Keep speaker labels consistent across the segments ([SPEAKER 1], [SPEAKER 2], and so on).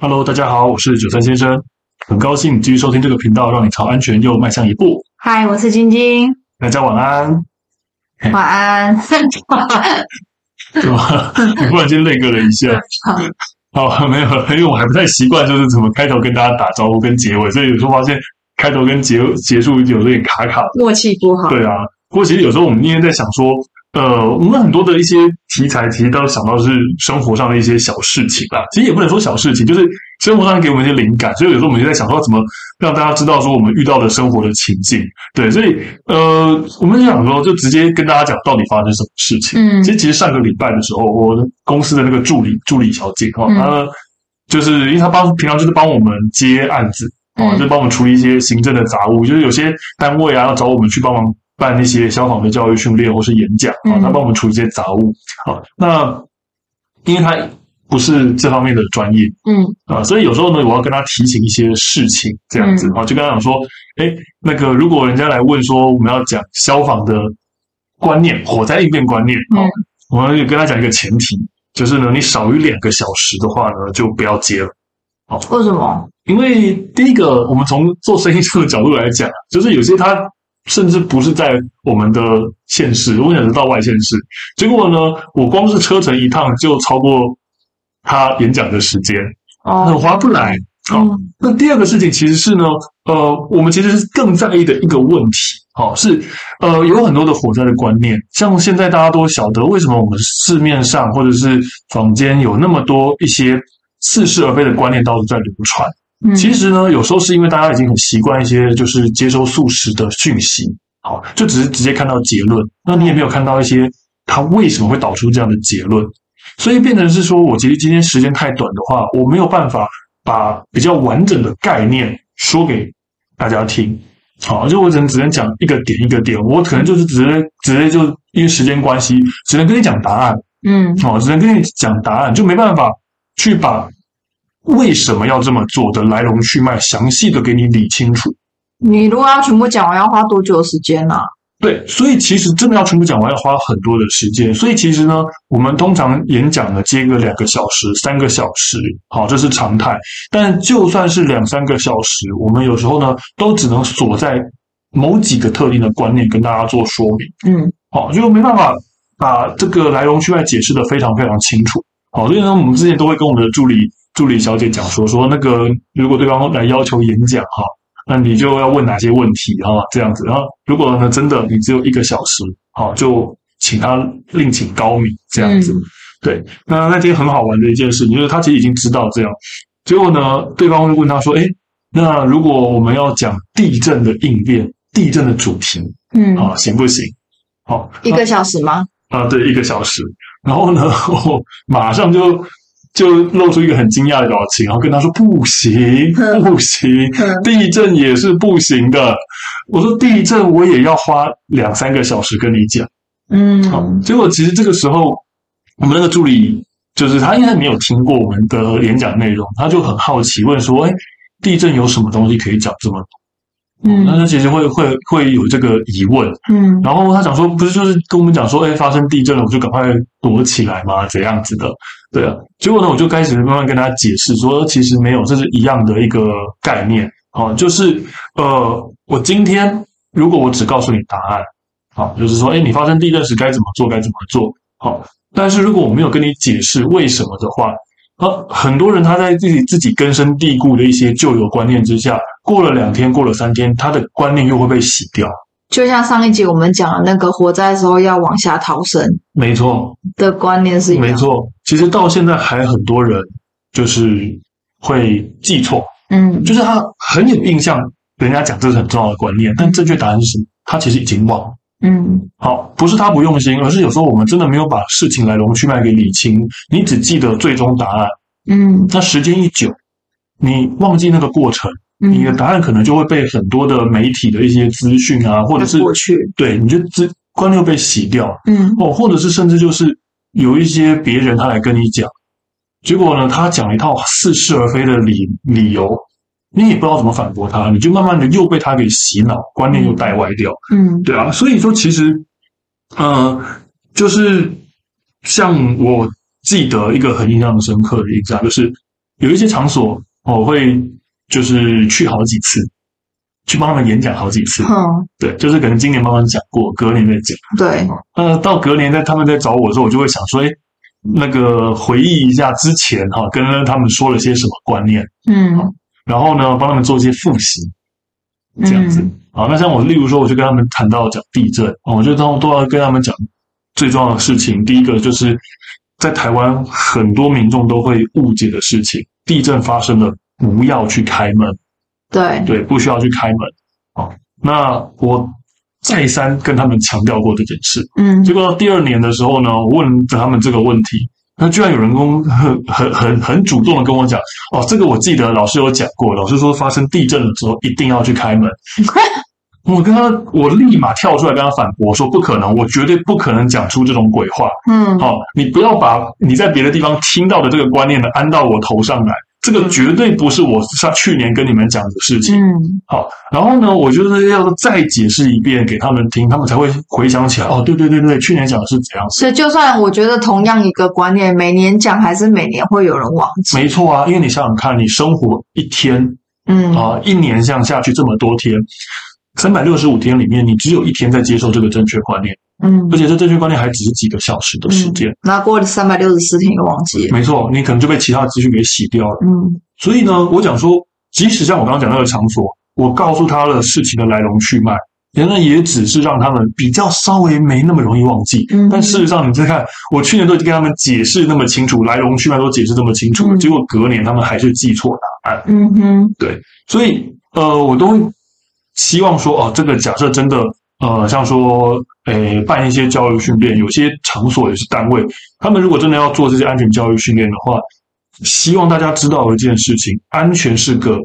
[SPEAKER 1] Hello，大家好，我是九三先生，很高兴你继续收听这个频道，让你朝安全又迈向一步。
[SPEAKER 2] 嗨，我是晶晶，
[SPEAKER 1] 大家晚安。
[SPEAKER 2] 晚安。
[SPEAKER 1] 怎么？你忽然间累个了一下？好，没有了，因为我还不太习惯，就是怎么开头跟大家打招呼跟结尾，所以有时候发现开头跟结结束有点卡卡的。
[SPEAKER 2] 默契不好，
[SPEAKER 1] 对啊，不过其实有时候我们今天在想说，呃，我们很多的一些题材其实都想到是生活上的一些小事情啦。其实也不能说小事情，就是生活上给我们一些灵感。所以有时候我们就在想说，怎么让大家知道说我们遇到的生活的情境。对，所以呃，我们就想说，就直接跟大家讲到底发生什么事情。
[SPEAKER 2] 嗯
[SPEAKER 1] 其实其实上个礼拜的时候，我公司的那个助理助理小姐哦，
[SPEAKER 2] 嗯
[SPEAKER 1] 她呢就是因为她帮平常就是帮我们接案子哦，
[SPEAKER 2] 嗯
[SPEAKER 1] 就帮我们处理一些行政的杂务，就是有些单位啊要找我们去帮忙办一些消防的教育训练或是演讲啊，
[SPEAKER 2] 嗯
[SPEAKER 1] 她帮我们处理一些杂务啊。那因为她不是这方面的专业，
[SPEAKER 2] 嗯
[SPEAKER 1] 啊，所以有时候呢，我要跟他提醒一些事情，这样
[SPEAKER 2] 嗯
[SPEAKER 1] 子啊，就跟他讲说，哎，那个如果人家来问说我们要讲消防的观念、火灾应变观念，哦，
[SPEAKER 2] 嗯
[SPEAKER 1] 我们就跟他讲一个前提，就是呢，你少于两个小时的话呢，就不要接了。
[SPEAKER 2] 为什么？
[SPEAKER 1] 因为第一个，我们从做生意上的角度来讲， 就是有些他甚至不是在我们的县市，我想是到外县市，结果呢，我光是车程一趟就超过他演讲的时间，很
[SPEAKER 2] 哦，
[SPEAKER 1] 划不来。哦，
[SPEAKER 2] 嗯
[SPEAKER 1] 那第二个事情其实是呢，呃，我们其实是更在意的一个问题，好、是呃有很多的火灾的观念，像现在大家都晓得为什么我们市面上或者是坊间有那么多一些似是而非的观念到处在流传。
[SPEAKER 2] 嗯
[SPEAKER 1] 其实呢，有时候是因为大家已经很习惯一些就是接收速食的讯息，好，就只是直接看到结论，那你也没有看到一些它为什么会导出这样的结论，所以变成是说我其实今天时间太短的话，我没有办法把比较完整的概念说给大家听。好，就我只能只能讲一个点一个点，我可能就是直接直接就因为时间关系，只能跟你讲答案，
[SPEAKER 2] 嗯
[SPEAKER 1] 哦，只能跟你讲答案，就没办法去把为什么要这么做的来龙去脉详细的给你理清楚。
[SPEAKER 2] 你如果要全部讲完，要花多久的时间呢、啊？
[SPEAKER 1] 对，所以其实真的要全部讲完，要花很多的时间。所以其实呢，我们通常演讲呢接个两个小时、三个小时，好，这是常态。但就算是两三个小时，我们有时候呢，都只能锁在某几个特定的观念跟大家做说明。
[SPEAKER 2] 嗯
[SPEAKER 1] 好、就没办法把这个来龙去脉解释的非常非常清楚。好、所以呢，我们之前都会跟我们的助理助理小姐讲说，说那个如果对方来要求演讲哈、那你就要问哪些问题哈、这样子。然后如果呢真的你只有一个小时，好、就请他另请高明这样子。
[SPEAKER 2] 嗯
[SPEAKER 1] 对，那那天很好玩的一件事情就是他其实已经知道这样，结果呢，对方就问他说，哎。那如果我们要讲地震的应变，地震的主题
[SPEAKER 2] 嗯，
[SPEAKER 1] 啊，行不行？好、
[SPEAKER 2] 一个小时吗？
[SPEAKER 1] 啊，对，一个小时。然后呢， 我马上就就露出一个很惊讶的表情，然后跟他说：“不 行，
[SPEAKER 2] 嗯
[SPEAKER 1] 不行，
[SPEAKER 2] 嗯
[SPEAKER 1] 地震也是不行的。”我说：“地震我也要花两三个小时跟你讲。”好
[SPEAKER 2] 嗯，
[SPEAKER 1] 结果其实这个时候，我们那个助理就是他，应该没有听过我们的演讲内容，他就很好奇问说：“哎，地震有什么东西可以讲这么多？”哦
[SPEAKER 2] 嗯
[SPEAKER 1] 那他其实会会会有这个疑问。
[SPEAKER 2] 嗯
[SPEAKER 1] 然后他想说，不是就是跟我们讲说，哎，发生地震了，我就赶快躲起来嘛，怎样子的？对啊。结果呢，我就开始慢慢跟他解释说，其实没有，这是一样的一个概念。哦，就是呃，我今天如果我只告诉你答案，好、就是说，哎，你发生地震时该怎么做，该怎么做，好、但是如果我没有跟你解释为什么的话，呃，很多人他在自己自己根深蒂固的一些旧有观念之下，过了两天，过了三天，他的观念又会被洗掉。
[SPEAKER 2] 就像上一集我们讲的那个火灾的时候要往下逃生
[SPEAKER 1] 没错，
[SPEAKER 2] 的观念是一样，
[SPEAKER 1] 没，错，其实到现在还很多人就是会记错，
[SPEAKER 2] 嗯
[SPEAKER 1] 就是他很有印象，人家讲这是很重要的观念，但正确答案是什么？他其实已经忘了。
[SPEAKER 2] 嗯
[SPEAKER 1] 好，不是他不用心，而是有时候我们真的没有把事情来龙去脉给理清，你只记得最终答案，
[SPEAKER 2] 嗯
[SPEAKER 1] 那时间一久，你忘记那个过程，你的
[SPEAKER 2] 嗯，
[SPEAKER 1] 答案可能就会被很多的媒体的一些资讯啊，或者是
[SPEAKER 2] 过去，
[SPEAKER 1] 对，你就资观念被洗掉了。
[SPEAKER 2] 嗯
[SPEAKER 1] 哦，或者是甚至就是有一些别人他来跟你讲，结果呢，他讲一套似是而非的理理由，你也不知道怎么反驳他，你就慢慢的又被他给洗脑，观念又带歪掉，
[SPEAKER 2] 嗯
[SPEAKER 1] 对啊，所以说其实，嗯、啊就是像我记得一个很印象深刻的一个，就是有一些场所哦我会就是去好几次，去帮他们演讲好几次。
[SPEAKER 2] 哼，
[SPEAKER 1] 对，就是可能今年帮他们讲过，隔年再讲。
[SPEAKER 2] 对，
[SPEAKER 1] 呃，到隔年在他们在找我的时候，我就会想说，哎，那个回忆一下之前哈、跟他们说了些什么观念，
[SPEAKER 2] 嗯
[SPEAKER 1] 然后呢，帮他们做一些复习，这样子。
[SPEAKER 2] 嗯
[SPEAKER 1] 好，那像我，例如说，我就跟他们谈到讲地震，哦我就都都要跟他们讲最重要的事情。第一个就是在台湾很多民众都会误解的事情，地震发生了不要去开门，
[SPEAKER 2] 对，
[SPEAKER 1] 对，不需要去开门。哦，那我再三跟他们强调过这件事。
[SPEAKER 2] 嗯
[SPEAKER 1] 结果到第二年的时候呢，我问他们这个问题，那居然有人跟我 很很很很主动的跟我讲，哦，这个我记得老师有讲过，老师说发生地震的时候一定要去开门。我跟他，我立马跳出来跟他反驳，说不可能，我绝对不可能讲出这种鬼话。
[SPEAKER 2] 嗯，
[SPEAKER 1] 好、你不要把你在别的地方听到的这个观念呢安到我头上来，这个绝对不是我上去年跟你们讲的事情。
[SPEAKER 2] 嗯
[SPEAKER 1] 好，然后呢，我就是要再解释一遍给他们听，他们才会回想起来。哦，对对对对，去年讲的是怎样子？
[SPEAKER 2] 所以就算我觉得同样一个观念，每年讲还是每年会有人忘记，
[SPEAKER 1] 没错啊，因为你想想看，你生活一天
[SPEAKER 2] 嗯
[SPEAKER 1] 啊、一年像下去这么多天，三百六十五天里面，你只有一天在接受这个正确观念，
[SPEAKER 2] 嗯
[SPEAKER 1] 而，且这正确观念还只是几个小时的时间。
[SPEAKER 2] 那过了三百六十四天又忘记了，
[SPEAKER 1] 没错，你可能就被其他的资讯给洗掉了。
[SPEAKER 2] 嗯
[SPEAKER 1] 所以呢，我讲说，即使像我刚刚讲那个场所，我告诉他了事情的来龙去脉，原来也只是让他们比较稍微没那么容易忘记。
[SPEAKER 2] 嗯
[SPEAKER 1] 但事实上，你再看，我去年都已经跟他们解释那么清楚，来龙去脉都解释这么清楚了，
[SPEAKER 2] 嗯
[SPEAKER 1] 结果隔年他们还是记错答案。
[SPEAKER 2] 嗯哼，
[SPEAKER 1] 所以，呃，我都会希望说，哦、这个假设真的，呃，像说，诶，办一些教育训练，有些场所也是单位，他们如果真的要做这些安全教育训练的话，希望大家知道一件事情：安全是个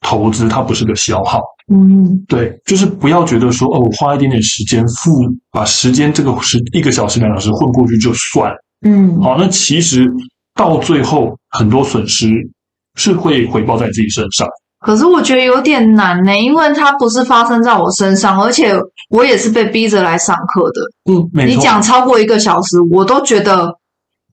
[SPEAKER 1] 投资，它不是个消耗。
[SPEAKER 2] 嗯
[SPEAKER 1] 对，就是不要觉得说，哦，我花一点点时间付，把时间这个时一个小时、两小时混过去就算了。
[SPEAKER 2] 嗯
[SPEAKER 1] 好，那其实到最后，很多损失是会回报在自己身上。
[SPEAKER 2] 可是我觉得有点难呢，因为它不是发生在我身上，而且我也是被逼着来上课的。
[SPEAKER 1] 嗯，没
[SPEAKER 2] 你
[SPEAKER 1] 错。
[SPEAKER 2] 讲超过一个小时，我都觉得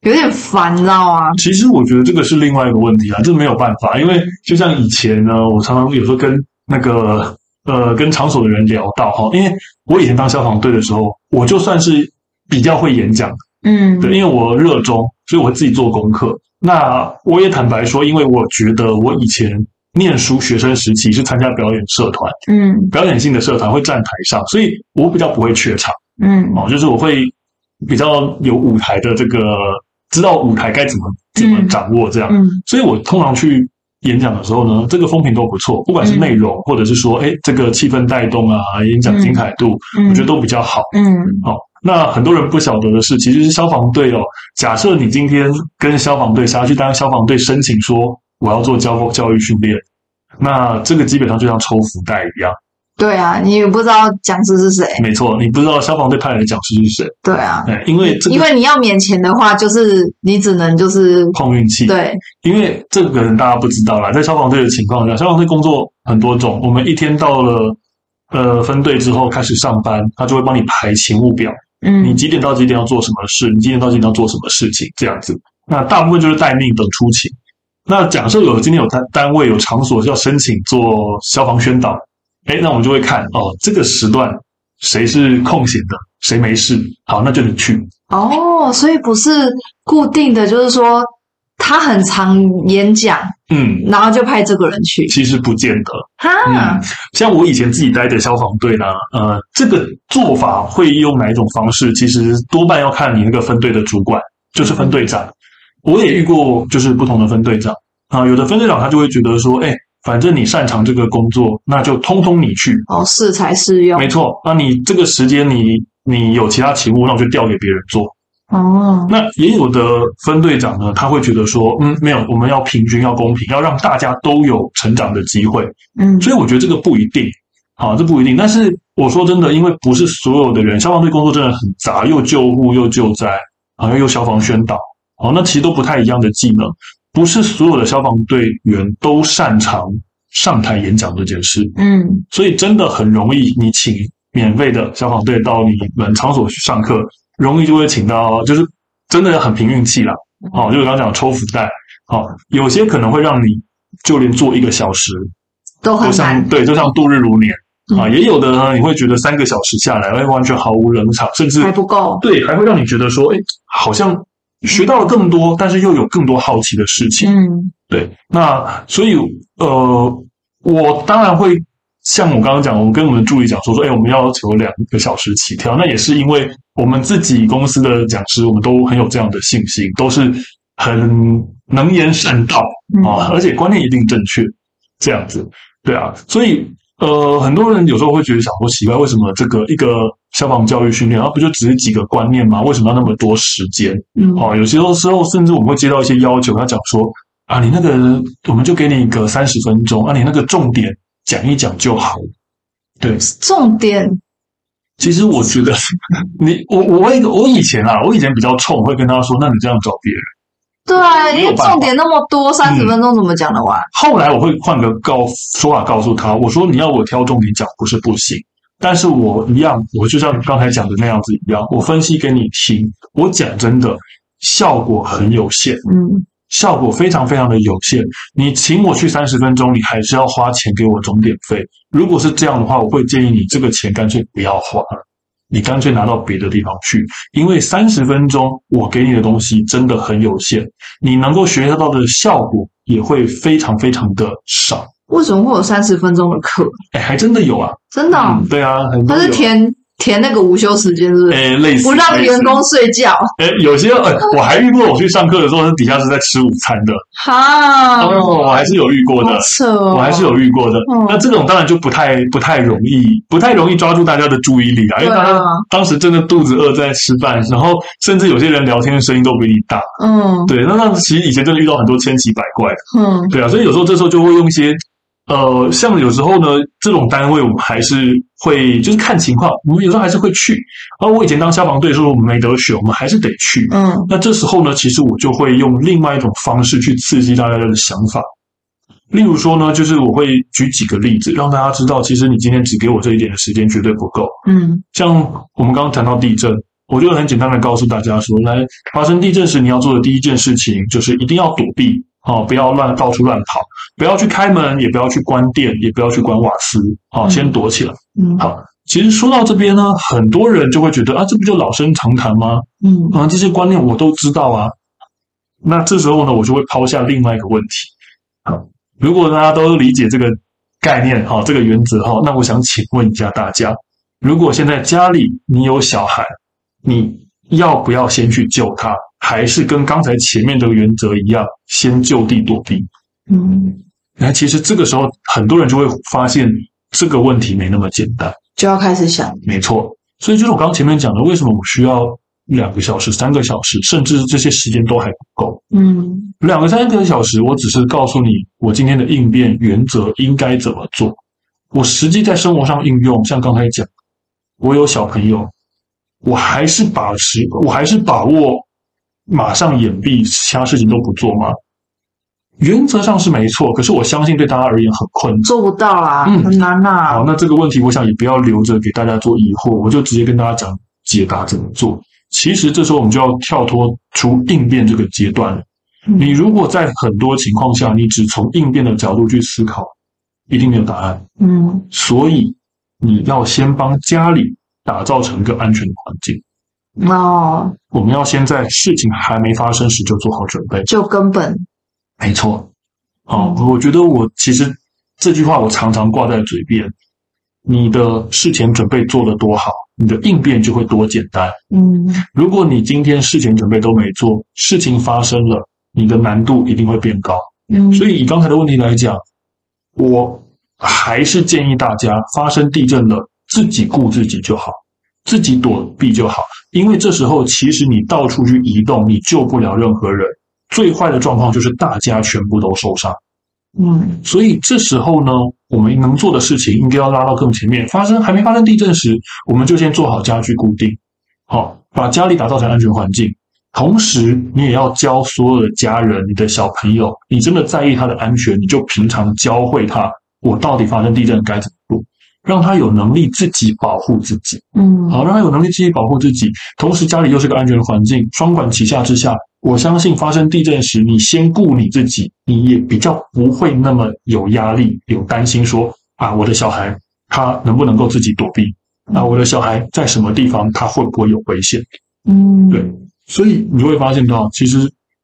[SPEAKER 2] 有点烦，啊你知道吗？
[SPEAKER 1] 其实我觉得这个是另外一个问题啊，这没有办法，因为就像以前呢，我常常有时候跟那个呃跟场所的人聊到哈，因为我以前当消防队的时候，我就算是比较会演讲，
[SPEAKER 2] 嗯，
[SPEAKER 1] 对，因为我热衷，所以我自己做功课。那我也坦白说，因为我觉得我以前念书学生时期是参加表演社团，
[SPEAKER 2] 嗯
[SPEAKER 1] 表演性的社团会站台上，所以我比较不会怯场。
[SPEAKER 2] 嗯
[SPEAKER 1] 哦，就是我会比较有舞台的这个，知道舞台该怎么怎么掌握这样。
[SPEAKER 2] 嗯
[SPEAKER 1] 所以我通常去演讲的时候呢，这个风评都不错，不管
[SPEAKER 2] 嗯
[SPEAKER 1] 是内容、或者是说，哎，这个气氛带动啊，演讲精彩度，
[SPEAKER 2] 嗯，
[SPEAKER 1] 我觉得都比较好。
[SPEAKER 2] 嗯
[SPEAKER 1] 哦，那很多人不晓得的是，其实是消防队哦。假设你今天跟消防队想要去当消防队申请说我要做教教育训练，那这个基本上就像抽福袋一样，
[SPEAKER 2] 对啊，你也不知道讲师是谁，
[SPEAKER 1] 没错，你不知道消防队派来的讲师是谁，
[SPEAKER 2] 对啊，
[SPEAKER 1] 哎，因为这
[SPEAKER 2] 因
[SPEAKER 1] 个
[SPEAKER 2] 为你要免钱的话，就是你只能就是
[SPEAKER 1] 碰运气，
[SPEAKER 2] 对，
[SPEAKER 1] 因为这个可能大家不知道啦，在消防队的情况下，消防队工作很多种。我们一天到了，呃，分队之后开始上班，他就会帮你排勤务表，你
[SPEAKER 2] 嗯
[SPEAKER 1] 几点到几点要做什么事，你几点到几点要做什么事情，这样子。那大部分就是待命等出勤。那假设有今天有单单位有场所要申请做消防宣导，哎，那我们就会看哦，这个时段谁是空闲的，谁没事，好，那就你去。
[SPEAKER 2] 哦，所以不是固定的，就是说他很常演讲，
[SPEAKER 1] 嗯，
[SPEAKER 2] 然后就派这个人去
[SPEAKER 1] 其实不见得。
[SPEAKER 2] 哈。
[SPEAKER 1] 嗯，像我以前自己待的消防队呢，呃，这个做法会用哪一种方式，其实多半要看你那个分队的主管，就是分队长。我也遇过，就是不同的分队长啊，有的分队长他就会觉得说，哎，反正你擅长这个工作，那就通通你去，
[SPEAKER 2] 哦，适才适用
[SPEAKER 1] 没错。那你这个时间你你有其他勤务，那我就调给别人做。
[SPEAKER 2] 哦，
[SPEAKER 1] 那也有的分队长呢，他会觉得说，嗯，没有，我们要平均，要公平，要让大家都有成长的机会。
[SPEAKER 2] 嗯
[SPEAKER 1] 所以我觉得这个不一定，啊，这不一定。但是我说真的，因为不是所有的人，消防队工作真的很杂，又救护又救灾，好像又消防宣导，哦，那其实都不太一样的技能。不是所有的消防队员都擅长上台演讲这件事，
[SPEAKER 2] 嗯
[SPEAKER 1] 所以真的很容易，你请免费的消防队到你们场所去上课，容易就会请到，就是真的很凭运气啦。哦，就我刚刚讲抽福袋，好、有些可能会让你就连坐一个小时
[SPEAKER 2] 都
[SPEAKER 1] 就
[SPEAKER 2] 很
[SPEAKER 1] 像
[SPEAKER 2] 难。
[SPEAKER 1] 对，就像度日如年啊、
[SPEAKER 2] 嗯
[SPEAKER 1] 也有的呢，你会觉得三个小时下来，哎，完全毫无冷场，甚至
[SPEAKER 2] 还不够，
[SPEAKER 1] 对，还会让你觉得说，哎，好像学到了更多，但是又有更多好奇的事情。
[SPEAKER 2] 嗯
[SPEAKER 1] 对，那所以呃，我当然会像我刚刚讲，我们跟我们的助理讲说说，哎，我们要求两个小时起跳，那也是因为我们自己公司的讲师，我们都很有这样的信心，都是很能言善道
[SPEAKER 2] 嗯
[SPEAKER 1] 啊、而且观念一定正确，这样子，对啊，所以。呃，很多人有时候会觉得想说奇怪，为什么这个一个消防教育训练，它啊不就只是几个观念吗？为什么要那么多时间？
[SPEAKER 2] 嗯，
[SPEAKER 1] 哦，有些时候甚至我们会接到一些要求，他讲说啊，你那个我们就给你个三十分钟，啊，你那个重点讲一讲就好。对，
[SPEAKER 2] 重点
[SPEAKER 1] 其实我觉得 你我我会我以前啊，我以前比较冲，会跟他说，那你这样找别人。
[SPEAKER 2] 对啊，因
[SPEAKER 1] 有
[SPEAKER 2] 为
[SPEAKER 1] 办法
[SPEAKER 2] 重点那么多，三十
[SPEAKER 1] 嗯
[SPEAKER 2] 分钟怎么讲得完？
[SPEAKER 1] 后来我会换个告说啊法告诉他，我说你要我挑重点讲不是不行，但是我一样，我就像刚才讲的那样子一样，我分析给你听，我讲真的效果很有限。
[SPEAKER 2] 嗯，
[SPEAKER 1] 效果非常非常的有限。你请我去三十分钟，你还是要花钱给我钟点费。如果是这样的话，我会建议你这个钱干脆不要花了，你干脆拿到别的地方去，因为三十分钟我给你的东西真的很有限，你能够学到的效果也会非常非常的少。
[SPEAKER 2] 为什么会有三十分钟的课？
[SPEAKER 1] 哎，还真的有啊，
[SPEAKER 2] 真的哦、
[SPEAKER 1] 嗯，对啊，很多
[SPEAKER 2] 他是
[SPEAKER 1] 有
[SPEAKER 2] 填填那个午休时间，是不是？
[SPEAKER 1] 哎类似
[SPEAKER 2] 不让
[SPEAKER 1] 类似
[SPEAKER 2] 员工睡觉，
[SPEAKER 1] 哎，有些哎，我还遇过我去上课的时候，他底下是在吃午餐
[SPEAKER 2] 哦
[SPEAKER 1] 的，
[SPEAKER 2] 哈，
[SPEAKER 1] 哦，我还是有遇过的
[SPEAKER 2] 好。扯哦，
[SPEAKER 1] 我还是有遇过的。
[SPEAKER 2] 嗯
[SPEAKER 1] 那这种当然就不太不太容易，不太容易抓住大家的注意力啊，因为
[SPEAKER 2] 对啊
[SPEAKER 1] 大家当时真的肚子饿在吃饭，然后甚至有些人聊天的声音都比你大。
[SPEAKER 2] 嗯
[SPEAKER 1] 对，那那其实以前真的遇到很多千奇百怪的，
[SPEAKER 2] 嗯
[SPEAKER 1] 对啊，所以有时候这时候就会用一些。呃，像有时候呢，这种单位我们还是会就是看情况，我们有时候还是会去。而我以前当消防队的时候，我们没得选，我们还是得去。
[SPEAKER 2] 嗯，
[SPEAKER 1] 那这时候呢，其实我就会用另外一种方式去刺激大家的想法。例如说呢，就是我会举几个例子，让大家知道，其实你今天只给我这一点的时间绝对不够。
[SPEAKER 2] 嗯
[SPEAKER 1] 像我们刚刚谈到地震，我就很简单的告诉大家说，来发生地震时，你要做的第一件事情就是一定要躲避哦，不要乱到处乱跑，不要去开门，也不要去关电，也不要去关瓦斯，哦，
[SPEAKER 2] 嗯
[SPEAKER 1] 先躲起来。
[SPEAKER 2] 嗯
[SPEAKER 1] 好其实说到这边呢，很多人就会觉得啊，这不就老生常谈吗？
[SPEAKER 2] 嗯
[SPEAKER 1] 啊，这些观念我都知道啊。那这时候呢，我就会抛下另外一个问题：好，如果大家都理解这个概念哈、这个原则哈、那我想请问一下大家，如果现在家里你有小孩，你要不要先去救他，还是跟刚才前面的原则一样，先就地躲避？
[SPEAKER 2] 嗯，
[SPEAKER 1] 那其实这个时候，很多人就会发现这个问题没那么简单。
[SPEAKER 2] 就要开始想，
[SPEAKER 1] 没错，所以就是我刚前面讲的，为什么我需要两个小时、三个小时，甚至这些时间都还不够？
[SPEAKER 2] 嗯
[SPEAKER 1] 两个三个小时，我只是告诉你我今天的应变原则应该怎么做。我实际在生活上应用，像刚才讲，我有小朋友，我还是把持，我还是把握，马上掩蔽其他事情都不做吗？原则上是没错，可是我相信对大家而言很困难。
[SPEAKER 2] 做不到啊，
[SPEAKER 1] 嗯
[SPEAKER 2] 很难呐、
[SPEAKER 1] 好，那这个问题我想也不要留着给大家做疑惑，我就直接跟大家讲解答怎么做。其实这时候我们就要跳脱出应变这个阶段了。
[SPEAKER 2] 嗯
[SPEAKER 1] 你如果在很多情况下，你只从应变的角度去思考，一定没有答案。
[SPEAKER 2] 嗯
[SPEAKER 1] 所以你要先帮家里打造成一个安全的环境。
[SPEAKER 2] 哦，
[SPEAKER 1] 我们要先在事情还没发生时就做好准备。
[SPEAKER 2] 就根本
[SPEAKER 1] 没错。哦，
[SPEAKER 2] 嗯
[SPEAKER 1] 我觉得我其实这句话我常常挂在嘴边。你的事前准备做得多好，你的应变就会多简单。
[SPEAKER 2] 嗯
[SPEAKER 1] 如果你今天事前准备都没做，事情发生了，你的难度一定会变高。
[SPEAKER 2] 嗯，
[SPEAKER 1] 所以以刚才的问题来讲，我还是建议大家发生地震了，自己顾自己就好，自己躲避就好，因为这时候其实你到处去移动，你救不了任何人。最坏的状况就是大家全部都受伤，
[SPEAKER 2] 嗯
[SPEAKER 1] 所以这时候呢，我们能做的事情应该要拉到更前面。发生还没发生地震时，我们就先做好家居固定，好，把家里打造成安全环境。同时，你也要教所有的家人、你的小朋友，你真的在意他的安全，你就平常教会他，我到底发生地震该怎么做，让他有能力自己保护自己。
[SPEAKER 2] 嗯
[SPEAKER 1] 好，让他有能力自己保护自己，同时家里又是个安全的环境，双管齐下之下，我相信发生地震时，你先顾你自己，你也比较不会那么有压力、有担心说啊，我的小孩他能不能够自己躲避？啊，我的小孩在什么地方，他会不会有危险？
[SPEAKER 2] 嗯，
[SPEAKER 1] 对，所以你会发现到，其实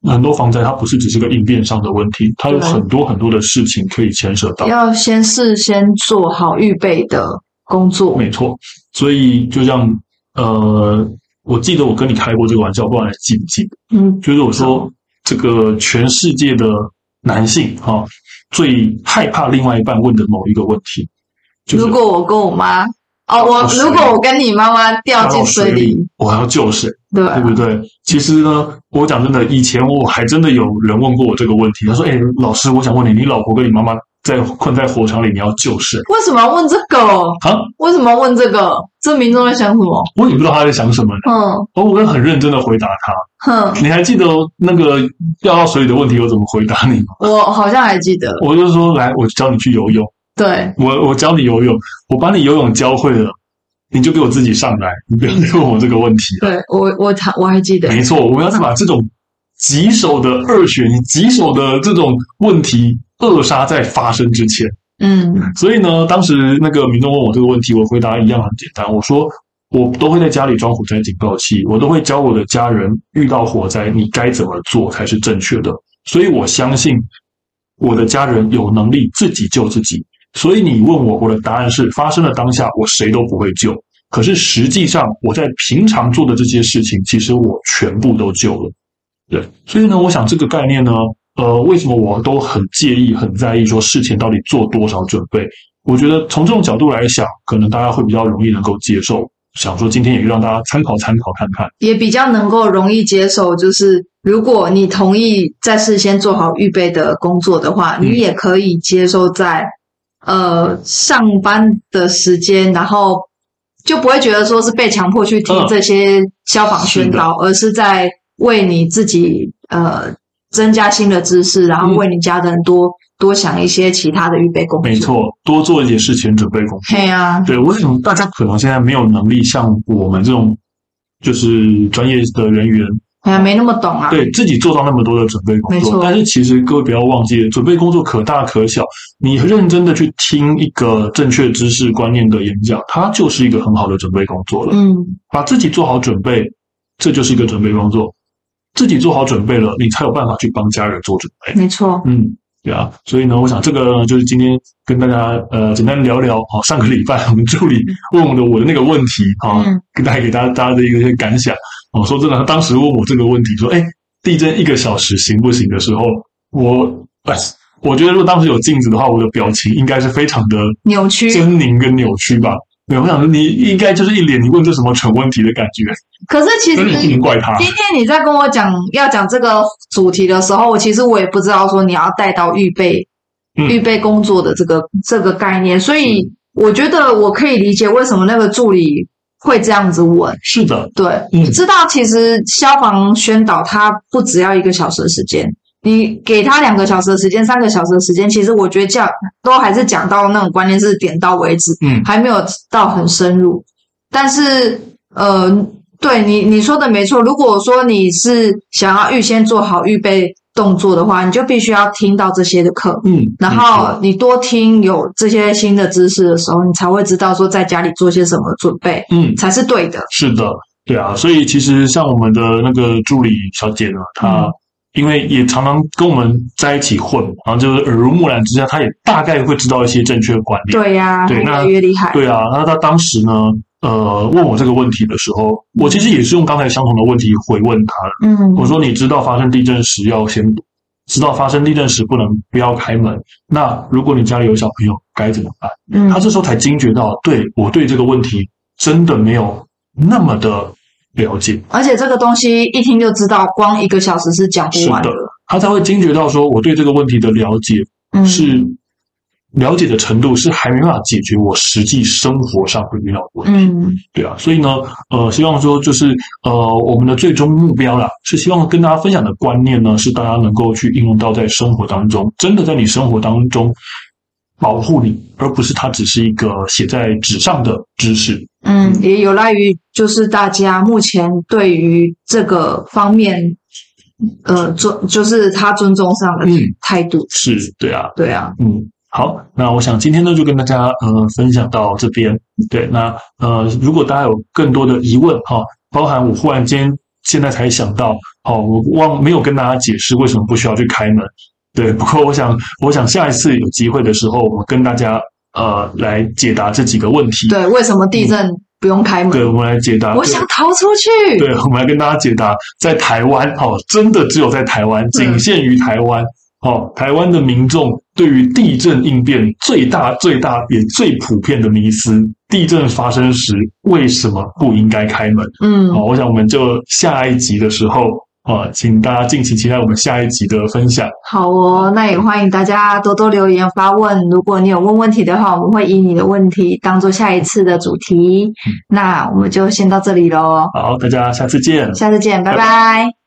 [SPEAKER 1] 呃很多防灾它不是只是个应变上的问题，它有
[SPEAKER 2] 对
[SPEAKER 1] 很多很多的事情可以牵涉到。
[SPEAKER 2] 要先事先做好预备的工作。
[SPEAKER 1] 没错，所以就像呃，我记得我跟你开过这个玩笑，不管你记不记得，
[SPEAKER 2] 嗯，
[SPEAKER 1] 就是我说这个全世界的男性哈、啊最害怕另外一半问的某一个问题，就是
[SPEAKER 2] 如果我跟我妈，哦，我
[SPEAKER 1] 掉水里
[SPEAKER 2] 如果我跟你妈妈掉
[SPEAKER 1] 掉
[SPEAKER 2] 进
[SPEAKER 1] 到
[SPEAKER 2] 水
[SPEAKER 1] 水
[SPEAKER 2] 里
[SPEAKER 1] 里，，我还要救谁？
[SPEAKER 2] 对啊
[SPEAKER 1] 对不对？其实呢，我讲真的，以前我还真的有人问过我这个问题，他说：“哎、老师，我想问你，你老婆跟你妈妈在困在火场里，你要救谁
[SPEAKER 2] 为什么要问这个？哦
[SPEAKER 1] 啊？”
[SPEAKER 2] 为什么要问这个？这民众在想什么？
[SPEAKER 1] 我也不知道他在想什么呢，
[SPEAKER 2] 嗯
[SPEAKER 1] 而我也很认真的回答他。
[SPEAKER 2] 哼，
[SPEAKER 1] 你还记得那个掉到水里的问题我怎么回答你吗？
[SPEAKER 2] 我好像还记得，
[SPEAKER 1] 我就说：“来，我教你去游泳，
[SPEAKER 2] 对，
[SPEAKER 1] 我我教你游泳，我把你游泳教会了，你就给我自己上来，你不要再问我这个问题了。”
[SPEAKER 2] 对我我还我还记得，
[SPEAKER 1] 没错，我们要再把这种棘手的二选一、棘手的这种问题扼杀在发生之前。
[SPEAKER 2] 嗯
[SPEAKER 1] 所以呢，当时那个民众问我这个问题，我回答一样很简单，我说我都会在家里装火灾警报器，我都会教我的家人遇到火灾你该怎么做才是正确的。所以我相信我的家人有能力自己救自己。所以你问我，我的答案是：发生了当下，我谁都不会救。可是实际上，我在平常做的这些事情，其实我全部都救了。对，所以呢，我想这个概念呢，呃，为什么我都很介意、很在意说事前到底做多少准备？我觉得从这种角度来想，可能大家会比较容易能够接受。想说今天也让大家参考参考看看。
[SPEAKER 2] 也比较能够容易接受，就是如果你同意在事先做好预备的工作的话，
[SPEAKER 1] 嗯
[SPEAKER 2] 你也可以接受在呃上班的时间，然后就不会觉得说是被强迫去听
[SPEAKER 1] 嗯
[SPEAKER 2] 这些消防宣导，而是在为你自己呃增加新的知识，然后
[SPEAKER 1] 嗯
[SPEAKER 2] 为你家人多、多想一些其他的预备工作。
[SPEAKER 1] 没，错，多做一些事前准备工作。
[SPEAKER 2] 嘿啊，
[SPEAKER 1] 对，我想大家可能现在没有能力像我们这种，就是专业的人员，
[SPEAKER 2] 哎呀，没那么懂啊。
[SPEAKER 1] 对自己做到那么多的准备工
[SPEAKER 2] 没
[SPEAKER 1] 作
[SPEAKER 2] 错。
[SPEAKER 1] 但是其实各位不要忘记了，准备工作可大可小。你认真的去听一个正确知识观念的演讲，它就是一个很好的准备工作了。
[SPEAKER 2] 嗯，
[SPEAKER 1] 把自己做好准备，这就是一个准备工作。自己做好准备了，你才有办法去帮家人做准备。
[SPEAKER 2] 没错。
[SPEAKER 1] 嗯，对啊，所以呢，我想这个呢就是今天跟大家呃简单聊聊好、上个礼拜我们助理问我的我的那个问题啊，
[SPEAKER 2] 嗯
[SPEAKER 1] 跟带给大家大家的一些感想。哦，说真的，他当时问我这个问题，说哎，地震一个小时行不行的时候，我哎，我觉得如果当时有镜子的话，我的表情应该是非常的
[SPEAKER 2] 扭曲
[SPEAKER 1] 狰狞跟扭曲吧。对，我想说你应该就是一脸你问这什么蠢问题的感觉，
[SPEAKER 2] 可是其实
[SPEAKER 1] 但是你不能怪他。
[SPEAKER 2] 今天你在跟我讲要讲这个主题的时候，我其实我也不知道说你要带到预备、
[SPEAKER 1] 嗯
[SPEAKER 2] 预备工作的这个这个概念，所以我觉得我可以理解为什么那个助理会这样子问。
[SPEAKER 1] 是的，
[SPEAKER 2] 对，
[SPEAKER 1] 嗯
[SPEAKER 2] 你知道其实消防宣导它不只要一个小时的时间，你给他两个小时的时间、三个小时的时间，其实我觉得讲都还是讲到那种观念是点到为止，
[SPEAKER 1] 嗯
[SPEAKER 2] 还没有到很深入。但是，呃，对你你说的没错。如果说你是想要预先做好预备动作的话，你就必须要听到这些的课，
[SPEAKER 1] 嗯，
[SPEAKER 2] 然后你多听有这些新的知识的时候，你才会知道说在家里做些什么准备
[SPEAKER 1] 嗯，
[SPEAKER 2] 才是对的。
[SPEAKER 1] 是的，对啊，所以其实像我们的那个助理小姐呢，她
[SPEAKER 2] 嗯
[SPEAKER 1] 因为也常常跟我们在一起混，然后就是耳濡目染之下，她也大概会知道一些正确观念。
[SPEAKER 2] 对呀、
[SPEAKER 1] 对
[SPEAKER 2] 越
[SPEAKER 1] 那
[SPEAKER 2] 来越厉害。
[SPEAKER 1] 对啊，那她当时呢，呃，问我这个问题的时候，我其实也是用刚才相同的问题回问她的。
[SPEAKER 2] 嗯，
[SPEAKER 1] 我说你知道发生地震时要先躲，知道发生地震时不能不要开门。那如果你家里有小朋友该怎么办？
[SPEAKER 2] 嗯
[SPEAKER 1] 他这时候才惊觉到，对我对这个问题真的没有那么的了解，
[SPEAKER 2] 而且这个东西一听就知道，光一个小时是讲不完
[SPEAKER 1] 是的他才会惊觉到说，我对这个问题的了解
[SPEAKER 2] 嗯，
[SPEAKER 1] 是、了解的程度是还没办法解决我实际生活上会遇到的问题，
[SPEAKER 2] 嗯，
[SPEAKER 1] 对啊，所以呢，呃，希望说就是呃，我们的最终目标啦，是希望跟大家分享的观念呢，是大家能够去应用到在生活当中，真的在你生活当中保护你，而不是它只是一个写在纸上的知识。
[SPEAKER 2] 嗯，也有赖于就是大家目前对于这个方面呃尊就是他尊重上的
[SPEAKER 1] 嗯
[SPEAKER 2] 态度。
[SPEAKER 1] 是对啊，
[SPEAKER 2] 对啊，
[SPEAKER 1] 嗯，好，那我想今天呢就跟大家呃分享到这边。对，那呃如果大家有更多的疑问哈、包含我忽然间现在才想到，哦，我忘没有跟大家解释为什么不需要去开门。对，不过我想我想下一次有机会的时候，我们跟大家呃来解答这几个问题。
[SPEAKER 2] 对，为什么地震不用开门？
[SPEAKER 1] 嗯对，我们来解答。
[SPEAKER 2] 我
[SPEAKER 1] 对
[SPEAKER 2] 想逃出去。
[SPEAKER 1] 对，我们来跟大家解答，在台湾哦，真的只有在台湾，仅限于台湾哦。台湾的民众对于地震应变最大、最大也最普遍的迷思：地震发生时为什么不应该开门？
[SPEAKER 2] 嗯，
[SPEAKER 1] 好，我想我们就下一集的时候啊，请大家敬请期待我们下一集的分享。
[SPEAKER 2] 好哦，那也欢迎大家多多留言发问。如果你有问问题的话，我们会以你的问题当做下一次的主
[SPEAKER 1] 嗯
[SPEAKER 2] 题。那我们就先到这里喽，
[SPEAKER 1] 好，大家下次见。
[SPEAKER 2] 下次见，拜
[SPEAKER 1] 拜
[SPEAKER 2] 拜